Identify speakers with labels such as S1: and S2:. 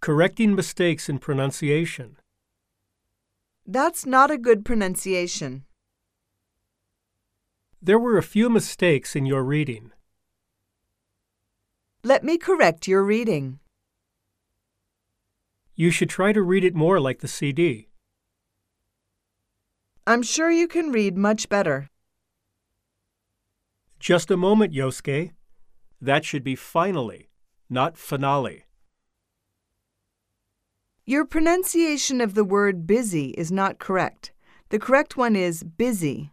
S1: Correcting mistakes in pronunciation.
S2: That's not a good pronunciation.
S1: There were a few mistakes in your reading.
S2: Let me correct your reading.
S1: You should try to read it more like the CD.
S2: I'm sure you can read much better.
S1: Just a moment, Yosuke. That should be finally, not finale.
S2: Your pronunciation of the word busy is not correct. The correct one is busy.